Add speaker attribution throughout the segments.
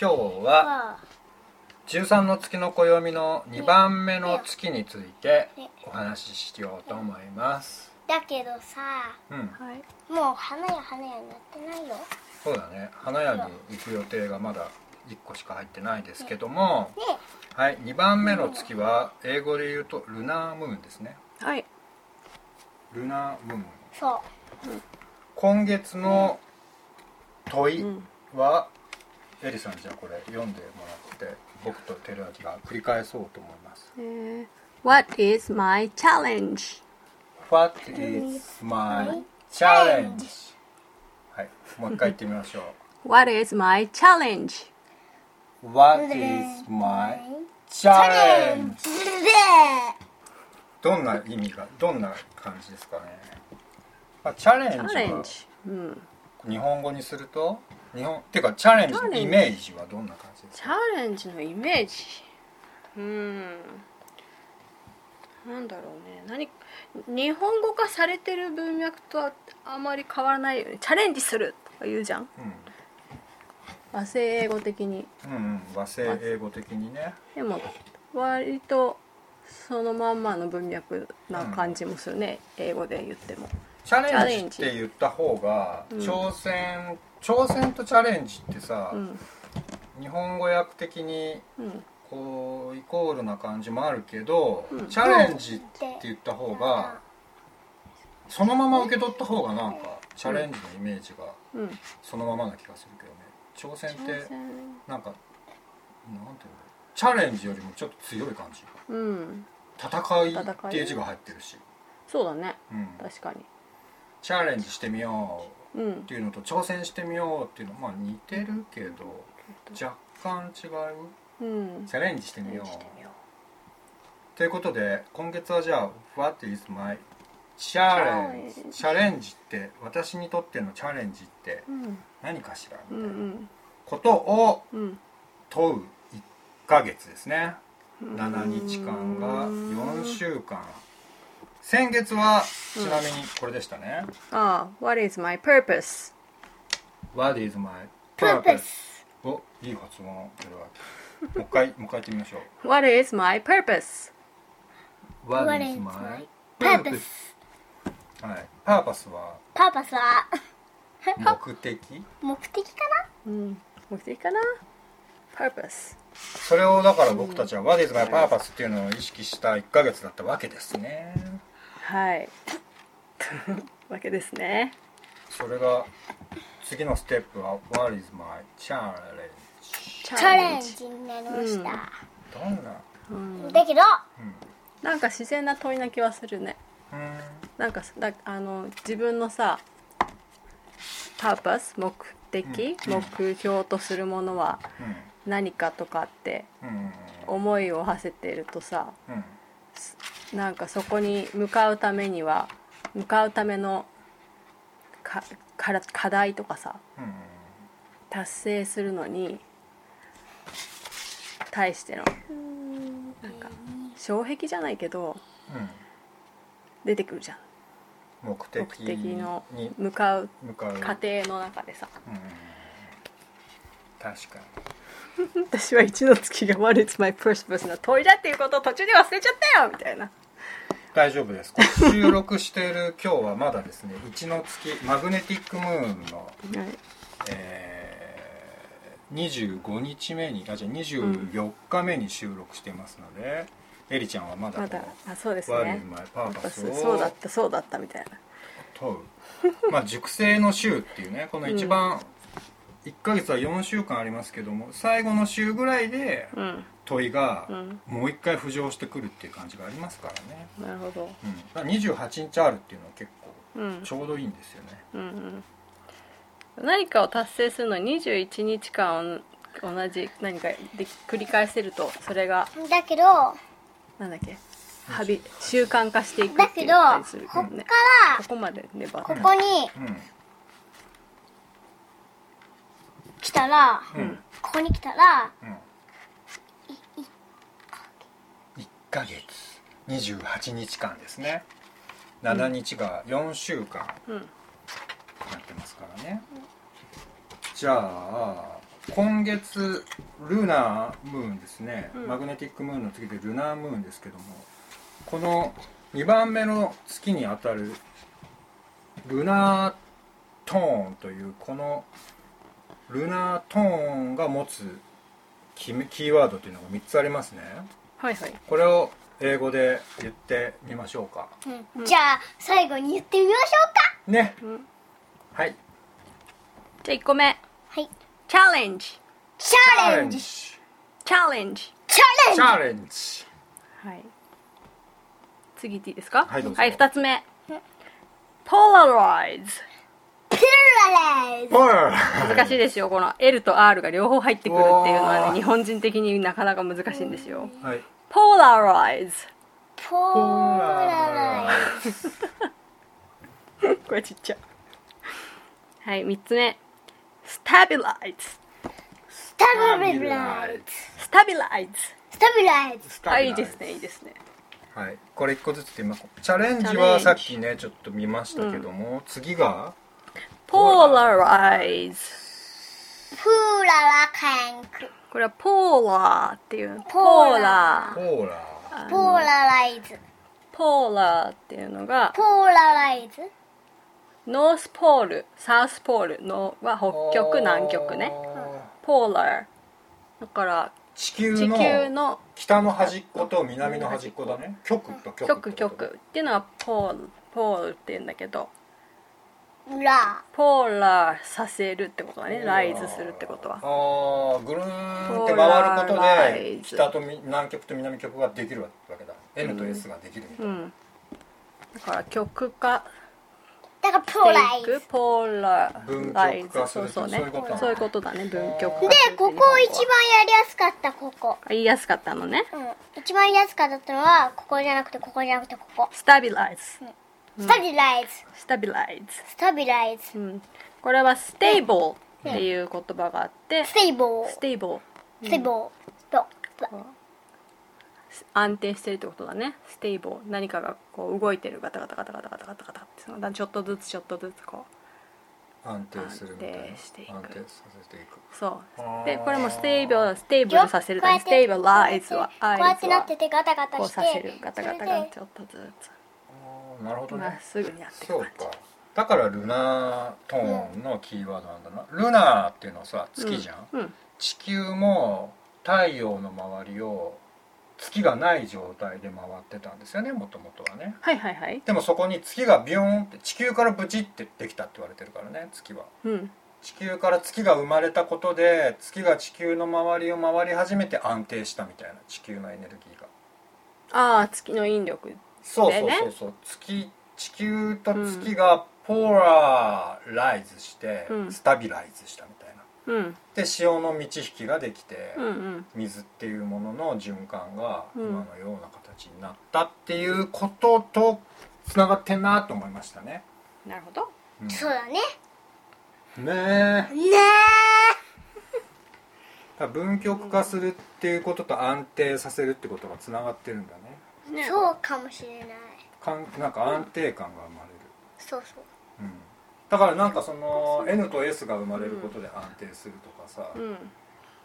Speaker 1: 今日は13の月の暦の2番目の月についてお話ししようと思います
Speaker 2: だけどさ
Speaker 1: うん
Speaker 3: はい。
Speaker 2: もう花や花やになってないよ
Speaker 1: そうだね花屋に行く予定がまだ1個しか入ってないですけども
Speaker 2: ね
Speaker 1: はい2番目の月は英語で言うとルナームーンですね
Speaker 3: はい。
Speaker 1: ルナームーン
Speaker 2: そう
Speaker 1: 今月の問い
Speaker 3: うん
Speaker 1: はエリさんじゃあこれ読んでもらって僕とテルアキが繰り返そうと思います
Speaker 3: えー What is my challenge?
Speaker 1: What is my challenge? はい、もう一回言ってみましょ
Speaker 3: What is my challenge?
Speaker 1: う What is my challenge? どんな意味がどんな感じですかね、まあ、チャレンジ
Speaker 3: チ
Speaker 1: は
Speaker 3: ャレンジ。うん。
Speaker 1: 日本語にすると日本っていうかチャレンジのイメージはどんな感じです
Speaker 3: チ
Speaker 1: か
Speaker 3: ャレンジのイメージ。うん。なんだろうね。何日本語化されてる文脈とはあまり変わらないよね。チャレンジするとか言うじゃん。和製英語的に。
Speaker 1: うん、うんうん和製英語的にね
Speaker 3: でも割とそのまんまの文脈な感じもするね、英語で言っても
Speaker 1: チャレンジって言った方が
Speaker 3: うん
Speaker 1: 挑戦、挑戦とチャレンジってさ、
Speaker 3: うん
Speaker 1: 日本語訳的に
Speaker 3: うん
Speaker 1: こうイコールな感じもあるけど、
Speaker 3: うん
Speaker 1: チャレンジって言った方がそのまま受け取った方がなんかチャレンジのイメージが
Speaker 3: うん
Speaker 1: そのままな気がするけどね挑戦っ
Speaker 3: 挑
Speaker 1: て
Speaker 3: 戦
Speaker 1: なんかなんていうのチャレンジよりもちょっと強い感じ
Speaker 3: うん
Speaker 1: 戦い
Speaker 3: 戦い
Speaker 1: っていう字が入ってるし、
Speaker 3: そうだね
Speaker 1: うん、
Speaker 3: 確かに
Speaker 1: チャレンジしてみよ
Speaker 3: う
Speaker 1: うんっていうのと挑戦してみようっていうのまあ似てるけど若干違う
Speaker 3: うん
Speaker 1: チャレンジしてみ
Speaker 3: チャレ
Speaker 1: よ
Speaker 3: ン
Speaker 1: う
Speaker 3: ジしてみよ
Speaker 1: ということで今月はじゃあ「What is my challenge?
Speaker 3: チャレン」ジ
Speaker 1: チャレンジって私にとってのチャレンジって
Speaker 3: ううん
Speaker 1: 何かしら
Speaker 3: う
Speaker 1: みたいなんことを
Speaker 3: うんうん
Speaker 1: 問う1ヶ月ですね
Speaker 3: ん
Speaker 1: 7日間が4週間先月はちなみにこれでしたね
Speaker 3: ああ What is my purpose?
Speaker 1: 「What is my
Speaker 2: プープ
Speaker 1: purpose?
Speaker 2: ス」
Speaker 1: おいい発音を取るわけもう一回もう一回やってみましょう
Speaker 3: What is my purpose?
Speaker 1: 「What is
Speaker 2: is
Speaker 1: my
Speaker 2: my
Speaker 1: purpose?」はい「パーパス」は
Speaker 2: パーパスは
Speaker 1: 目的
Speaker 2: 目的か
Speaker 3: うん目的かな Purpose
Speaker 1: それをだから僕たちは「What is my purpose?」っていうのを意識した1ヶ月だったわけですね
Speaker 3: はい わけですね
Speaker 1: それが次のステップは「What is my challenge?」
Speaker 3: チ
Speaker 2: なチャレンジになりました、
Speaker 1: どんな
Speaker 3: うん
Speaker 2: だけど
Speaker 1: うん
Speaker 3: なんか自然な問いな気はするね
Speaker 1: うん
Speaker 3: なんかだあの自分のさパーパス目的、
Speaker 1: うんうん
Speaker 3: 目標とするものは何かとかって
Speaker 1: うんうん
Speaker 3: 思いを馳せてるとさ
Speaker 1: うん
Speaker 3: なんかそこに向かうためには向かうためのかから課題とかさ
Speaker 1: うん
Speaker 3: 達成するのに対してのなんか障壁じゃないけど
Speaker 1: うん
Speaker 3: 出てくるじゃん
Speaker 1: 目的
Speaker 3: 目的の
Speaker 1: に
Speaker 3: 向かう
Speaker 1: 向かう
Speaker 3: 過程の中でさ
Speaker 1: うん確かに
Speaker 3: 私は一の月が「What is my purpose?」の問いだっていうことを途中で忘れちゃったよみたいな
Speaker 1: 大丈夫ですこれ収録している今日はまだですね「一の月マグネティックムーン」のえー25日目にあじゃあ24日目に収録してますので、エリちゃんはまだ
Speaker 3: ま
Speaker 1: こ
Speaker 3: だ
Speaker 1: う
Speaker 3: あそうです
Speaker 1: 悪い
Speaker 3: ね
Speaker 1: 前パーパスを
Speaker 3: そうだったそうだったみたいな
Speaker 1: 問う、まあ、熟成の週っていうねこの一番、1ヶ月は4週間ありますけども最後の週ぐらいで
Speaker 3: うん
Speaker 1: 問いが
Speaker 3: うん
Speaker 1: もう一回浮上してくるっていう感じがありますからね、
Speaker 3: なるほど
Speaker 1: うん、だから28日あるっていうのは結
Speaker 3: うん
Speaker 1: 構ちょうどいいんですよね、
Speaker 3: うんうん何かを達成するのに21日間おん同じ何かで繰り返せるとそれが
Speaker 2: だけど
Speaker 3: なんだっけはび習慣化していく
Speaker 2: だ
Speaker 3: って
Speaker 2: け
Speaker 3: い
Speaker 2: ど
Speaker 3: ったりする
Speaker 2: こ
Speaker 3: よ
Speaker 2: っ
Speaker 3: ね
Speaker 2: から
Speaker 3: ここまで粘っ
Speaker 2: こ
Speaker 3: て
Speaker 2: こに
Speaker 1: うん
Speaker 2: 来たら、
Speaker 1: うん
Speaker 2: ここに来たら
Speaker 1: うん1ヶ月28日間ですね7日が4週間
Speaker 3: うん
Speaker 1: なってますからね、じゃあ今月ルナームーンですね、
Speaker 3: うん
Speaker 1: マグネティックムーンの次でルナームーンですけどもこの2番目の月にあたるルナートーンというこのルナートーンが持つキメキーワードというのが3つありますね
Speaker 3: はいはい
Speaker 1: これを英語で言ってみましょうか
Speaker 2: うんじゃあ最後に言ってみましょうか
Speaker 1: ね、
Speaker 3: うん
Speaker 1: はい
Speaker 3: じゃあ1個目
Speaker 2: はい
Speaker 3: チャレンジ
Speaker 2: チャレンジチ
Speaker 3: チャレンジ
Speaker 2: ャレン
Speaker 1: チ
Speaker 2: ジ
Speaker 1: ャレンジ
Speaker 3: はい次行っていいですか
Speaker 1: はいどうぞ
Speaker 3: はい、2つ目ポラライズ
Speaker 2: ピラレイズ
Speaker 1: ポー
Speaker 3: 難しいですよこの L と R が両方入ってくるっていうのは、
Speaker 1: おー
Speaker 3: ね、日本人的になかなか難しいんですよ
Speaker 1: はい
Speaker 3: ポラライズ
Speaker 2: ポラライズ
Speaker 3: これちっちゃはい3つ目スタビライズ
Speaker 2: スタビライズ
Speaker 3: スタビライズ
Speaker 2: スタビライズ
Speaker 1: ス
Speaker 3: あいいですねいいですね
Speaker 1: はい、これ一個ずつで今チャレンジはさっきねちょっと見ましたけども、次が
Speaker 3: ポラライズ
Speaker 2: プララカンク
Speaker 3: これはポーラーってい
Speaker 2: ポ
Speaker 3: う
Speaker 2: ー
Speaker 1: ポ
Speaker 2: ラ
Speaker 1: ーラ
Speaker 2: ポラライズ
Speaker 3: ポーラーっていうのが
Speaker 2: ポーラライズ
Speaker 3: ノースポールサウスポールのは
Speaker 1: ー
Speaker 3: 北極南極ねポーラーだから
Speaker 1: 地球
Speaker 3: 地球
Speaker 1: の
Speaker 3: の
Speaker 1: 北の端っこと南の端っこだね極と極
Speaker 3: 極極っていうのはポールポールって言うんだけど
Speaker 2: ラ
Speaker 3: ポーラーさせるってことだねライズするってことは
Speaker 1: ああぐるーんって回ること
Speaker 3: ポーララ
Speaker 1: で
Speaker 3: イズ
Speaker 1: 北とみ南極と南極ができるわけだ N と S ができるみた
Speaker 3: う
Speaker 1: い
Speaker 3: んだから極化
Speaker 2: だから
Speaker 3: し
Speaker 2: ポラ
Speaker 3: て
Speaker 2: イ
Speaker 3: い
Speaker 2: ズ
Speaker 3: くポーラ
Speaker 1: 分
Speaker 3: ライ
Speaker 1: 極
Speaker 3: ズ
Speaker 1: 化す
Speaker 3: そ
Speaker 1: る
Speaker 3: うそう
Speaker 1: そ
Speaker 3: ね
Speaker 1: ういうこと
Speaker 3: そういうことだね分極化
Speaker 2: でここ一番やりやすかったここ
Speaker 3: 言いやすかったのね
Speaker 2: うん一番やりやすかったのはここじゃなくてここじゃなくてここ
Speaker 3: スタビライズ
Speaker 2: スタビライズ
Speaker 3: スタビライズ
Speaker 2: スタビライズ
Speaker 3: うん、これはステイボーっていう言葉があって、
Speaker 2: ステイボー
Speaker 3: ステイボー
Speaker 2: ステイボーボボ
Speaker 3: 安定してるってことだねステイボー何かがこう動いてるガタガタガタガタガタガタガタってそのちょっとずつちょっとずつこ
Speaker 1: な安定するみたいな
Speaker 3: 安定していく
Speaker 1: 安定させていく
Speaker 3: うそ
Speaker 1: あー
Speaker 3: うでこれもステイボーステイブルさせるためステイボーライズは
Speaker 2: こうやってなってて
Speaker 3: て
Speaker 2: ガタガタ
Speaker 3: こう
Speaker 2: して
Speaker 3: させるガタガタガタち
Speaker 2: そ
Speaker 3: ょっとず
Speaker 1: あーなるほ
Speaker 3: つ
Speaker 1: どね、
Speaker 3: まっすぐにやってい
Speaker 1: そ
Speaker 3: く
Speaker 1: う
Speaker 3: 感じ
Speaker 1: かだからルナートーンのキーワードなんだな、ルナーっていうのはさ月じゃん、
Speaker 3: うん
Speaker 1: 地球も太陽の周りを月がない状態で回ってたんですよねもともとはね
Speaker 3: はいはいはい
Speaker 1: でもそこに月がビヨーンって地球からブチってできたって言われてるからね月は
Speaker 3: うん
Speaker 1: 地球から月が生まれたことで月が地球の周りを回り始めて安定したみたいな地球のエネルギーが
Speaker 3: ああ月の引力
Speaker 1: そう
Speaker 3: で
Speaker 1: そう
Speaker 3: ね
Speaker 1: そうそう、月地球と月がポーラーライズして、
Speaker 3: うん
Speaker 1: スタビライズしたみたいな
Speaker 3: うん
Speaker 1: で潮の満ち引きができて、
Speaker 3: うんうん
Speaker 1: 水っていうものの循環が
Speaker 3: うん
Speaker 1: 今のような形になったっていうこととつながってんなと思いましたね、
Speaker 3: なるほど
Speaker 1: うん
Speaker 2: うだね
Speaker 1: ねえ
Speaker 2: ねえ
Speaker 1: だから分極化するっていうことと安定させるってことがつながってるんだね
Speaker 3: ね
Speaker 2: そうかもしれない
Speaker 1: かんなんか安定感が生まれる、
Speaker 2: そうそう
Speaker 1: うんだからなんかその N と S が生まれることで安定するとかさ、
Speaker 3: うん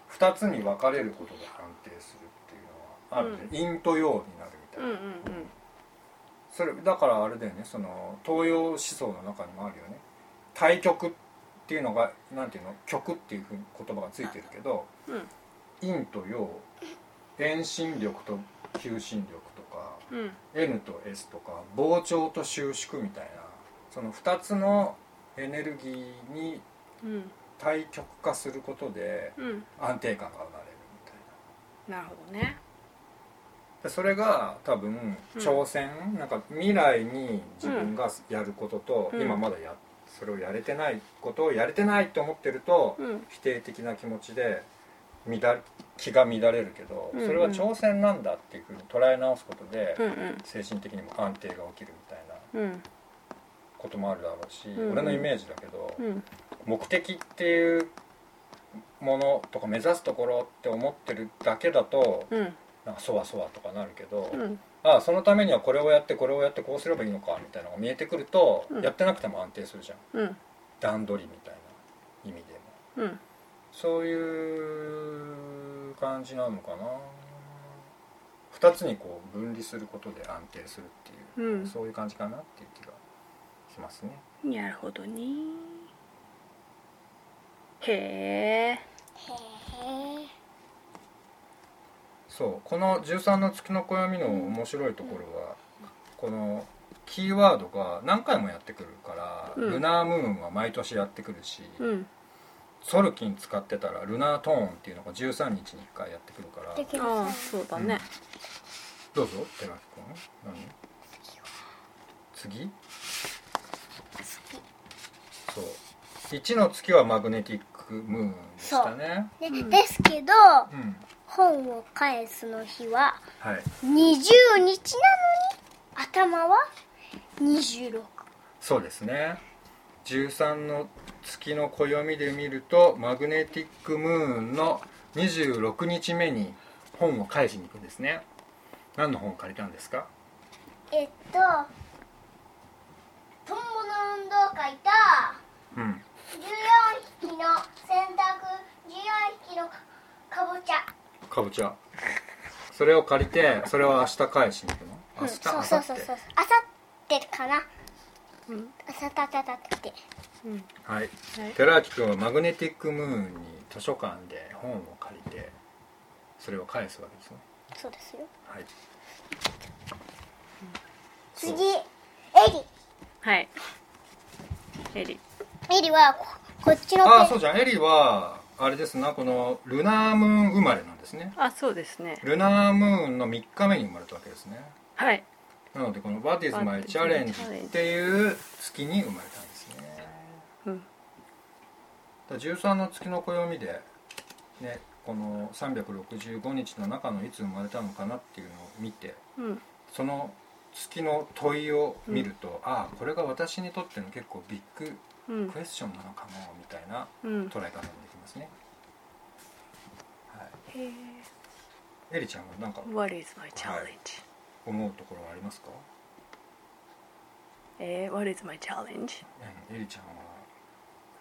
Speaker 1: 二2つに分かれることで安定するっていうのはあるね、陰と陽になるみた
Speaker 3: う
Speaker 1: い
Speaker 3: んう
Speaker 1: な、
Speaker 3: んうん
Speaker 1: それだからあれだよねその東洋思想の中にもあるよね対極っていうのがなんていうの極っていうふうに言葉がついてるけど
Speaker 3: うん
Speaker 1: 陰と陽遠心力と求心力とか
Speaker 3: うん
Speaker 1: N と S とか膨張と収縮みたいなその2つのエネルギーに
Speaker 3: うん
Speaker 1: 対極化することで
Speaker 3: うん
Speaker 1: 安定感が生まれるみたい
Speaker 3: なるほどね
Speaker 1: なでそれが多分
Speaker 3: うん
Speaker 1: 挑戦、なんか未来に自分がやることと、
Speaker 3: うん
Speaker 1: 今まだやそれをやれてないことをやれてないと思ってると、
Speaker 3: うん
Speaker 1: 否定的な気持ちで乱れ気が乱れるけど、
Speaker 3: うんうん
Speaker 1: それは挑戦なんだっていうふうに捉え直すことで、
Speaker 3: うんうん
Speaker 1: 精神的にも安定が起きるみたいな
Speaker 3: うん
Speaker 1: こともあるだろうし、
Speaker 3: うんうん
Speaker 1: 俺のイメージだけど、
Speaker 3: うん
Speaker 1: 目的っていうものとか目指すところって思ってるだけだと、
Speaker 3: うん
Speaker 1: なんかそわそわとかなるけど、
Speaker 3: うん
Speaker 1: ああそのためにはこれをやってこれをやってこうすればいいのかみたいなのが見えてくると、
Speaker 3: うん
Speaker 1: やってなくても安定するじゃん
Speaker 3: うん
Speaker 1: 段取りみたいな意味でも
Speaker 3: うん
Speaker 1: そういう感じなのかな2つにこう分離することで安定するっていう、
Speaker 3: うん
Speaker 1: そういう感じかなっていう気がしますね
Speaker 3: なるほどねへえ
Speaker 2: へえ
Speaker 1: そうこの「13の月の暦」の面白いところは、このキーワードが何回もやってくるから、
Speaker 3: うん
Speaker 1: ルナームーンは毎年やってくるし、
Speaker 3: うん
Speaker 1: ソルキン使ってたらルナートーンっていうのが13日に1回やってくるから
Speaker 2: できる
Speaker 3: ああ
Speaker 2: さ
Speaker 3: そうだね、
Speaker 1: どうぞ寺木君何次そう1の月はマグネティックムーンでしたね
Speaker 2: で
Speaker 3: うん
Speaker 2: ですけど
Speaker 1: うん
Speaker 2: 本を返すの日は
Speaker 1: はい
Speaker 2: 20日なのに頭は26
Speaker 1: そうですね13の月の暦で見るとマグネティックムーンの26日目に本を返しに行くんですね何の本を借りたんですか
Speaker 2: えっとトンボの運動会と
Speaker 1: うん
Speaker 2: 14匹の洗濯14匹のかぼちゃ
Speaker 1: かぼちゃそれを借りてそれは明日返しに行くの明日、
Speaker 2: そう
Speaker 1: 明
Speaker 2: そう
Speaker 1: 後
Speaker 2: そう
Speaker 1: 日
Speaker 2: そうあさってかな
Speaker 3: うん
Speaker 2: あさたたたって
Speaker 3: うん
Speaker 1: はい
Speaker 3: はい
Speaker 1: 寺脇君はマグネティックムーンに図書館で本を借りてそれを返すわけですね
Speaker 2: そうですよ
Speaker 1: はい
Speaker 2: 次エ
Speaker 1: そう
Speaker 3: はいエリ
Speaker 2: リエリはここっちの
Speaker 1: ああ
Speaker 2: ペ
Speaker 1: そうじゃんエリはあれですなこのルナームーン生まれなんですね
Speaker 3: あそうですね
Speaker 1: ルナームーンの3日目に生まれたわけですね
Speaker 3: はい
Speaker 1: なのでこの「What is my
Speaker 3: What is my
Speaker 1: challenge」
Speaker 3: challenge
Speaker 1: っていう月に生まれたんですね
Speaker 3: うん
Speaker 1: だから13の月の暦でねこの365日の中のいつ生まれたのかなっていうのを見て
Speaker 3: うん
Speaker 1: その月の問いを見ると、ああこれが私にとっての結構ビッグ
Speaker 3: うん
Speaker 1: クエスチョンなのかもみたいな
Speaker 3: うん
Speaker 1: 捉え方もできますね、は
Speaker 3: へえ
Speaker 1: い、エリちゃんは何か
Speaker 3: What is my challenge?、
Speaker 1: 思うところはありますか、
Speaker 3: えー、What is my challenge?
Speaker 1: うん、エリちゃん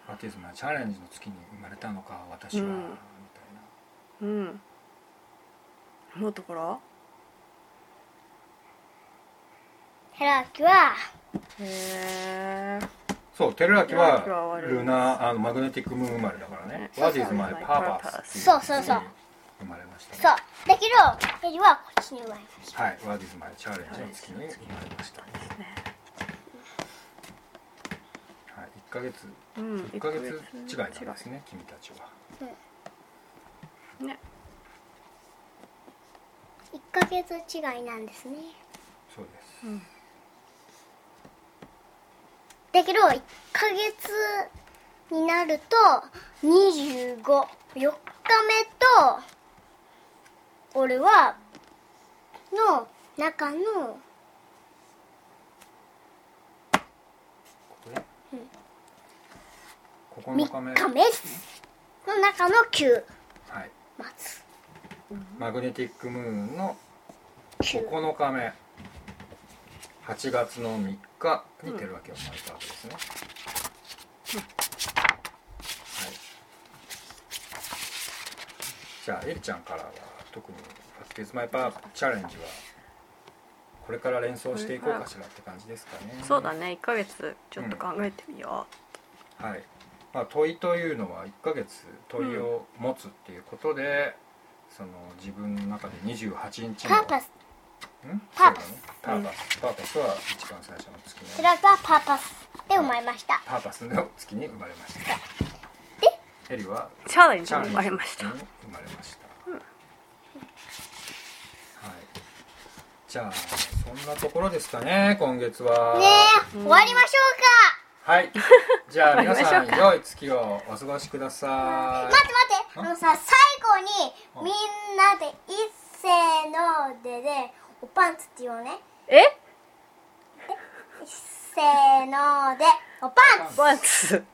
Speaker 1: は「アティズムはチャレンジの月に生まれたのか私は」
Speaker 3: うん
Speaker 1: みたいな
Speaker 3: うんもうところ
Speaker 2: ヘラキは
Speaker 3: へえ
Speaker 1: そう照明
Speaker 3: 照明
Speaker 1: は
Speaker 3: は
Speaker 1: ルナあのマグネティックムーン生まれだからね「
Speaker 3: そう
Speaker 1: What
Speaker 3: そう
Speaker 1: is my
Speaker 3: My
Speaker 1: purpose」
Speaker 2: そうそうそう
Speaker 1: 生まれました、ね、
Speaker 2: そうだけどエリはこっちに生まれました
Speaker 1: はい「What is my challenge」の月に生まれました、はい、
Speaker 3: ですね
Speaker 1: 1ヶ月
Speaker 3: うん
Speaker 1: 1ヶ月違いなん
Speaker 3: 違い
Speaker 1: ですね君たちは
Speaker 3: ね
Speaker 2: 1ヶ月違いなんですね
Speaker 1: そうです、
Speaker 3: うん
Speaker 2: だけど1ヶ月になると254日目と俺はの中の
Speaker 1: ここね9日目
Speaker 2: 3日目ですの中の9
Speaker 1: はい
Speaker 2: 松
Speaker 1: マグネティックムーンの
Speaker 2: 9
Speaker 1: 9日目8月の3日にテルワケを生まれたわけですね、はいじゃあエリちゃんからは特に「ハッケーズマイパーチャレンジ」はこれから連想していこうかしらって感じですかね
Speaker 3: そうだね1ヶ月ちょっと考えてみよ
Speaker 1: はいまあ、問いというのは1ヶ月問いを持つっていうことで、その自分の中で28日
Speaker 2: パーパス
Speaker 1: ん
Speaker 2: パーパス
Speaker 1: そうだねパーパス、パーパスは一番最初の月
Speaker 2: そ
Speaker 1: に
Speaker 2: れはパーパスで生まれました
Speaker 1: パーパスの月に生まれましたエリは
Speaker 3: うチャレン
Speaker 1: チ
Speaker 3: ジ
Speaker 1: ャ
Speaker 3: に
Speaker 1: ー
Speaker 3: 生
Speaker 1: リー
Speaker 3: まれました
Speaker 1: の月に生まれました、はいじゃあそんなところですかね今月は
Speaker 2: ねえ、終わりましょ
Speaker 1: はいじゃあ皆さん
Speaker 3: 終わりましょう
Speaker 1: 良い月をお過ごしくださ
Speaker 2: うか
Speaker 1: い
Speaker 2: 待って待ってあのさ最後にみんなで「いっせーので」で「おパンツ」って言おうね
Speaker 3: え
Speaker 2: せーのでおパンツ
Speaker 3: ワンツー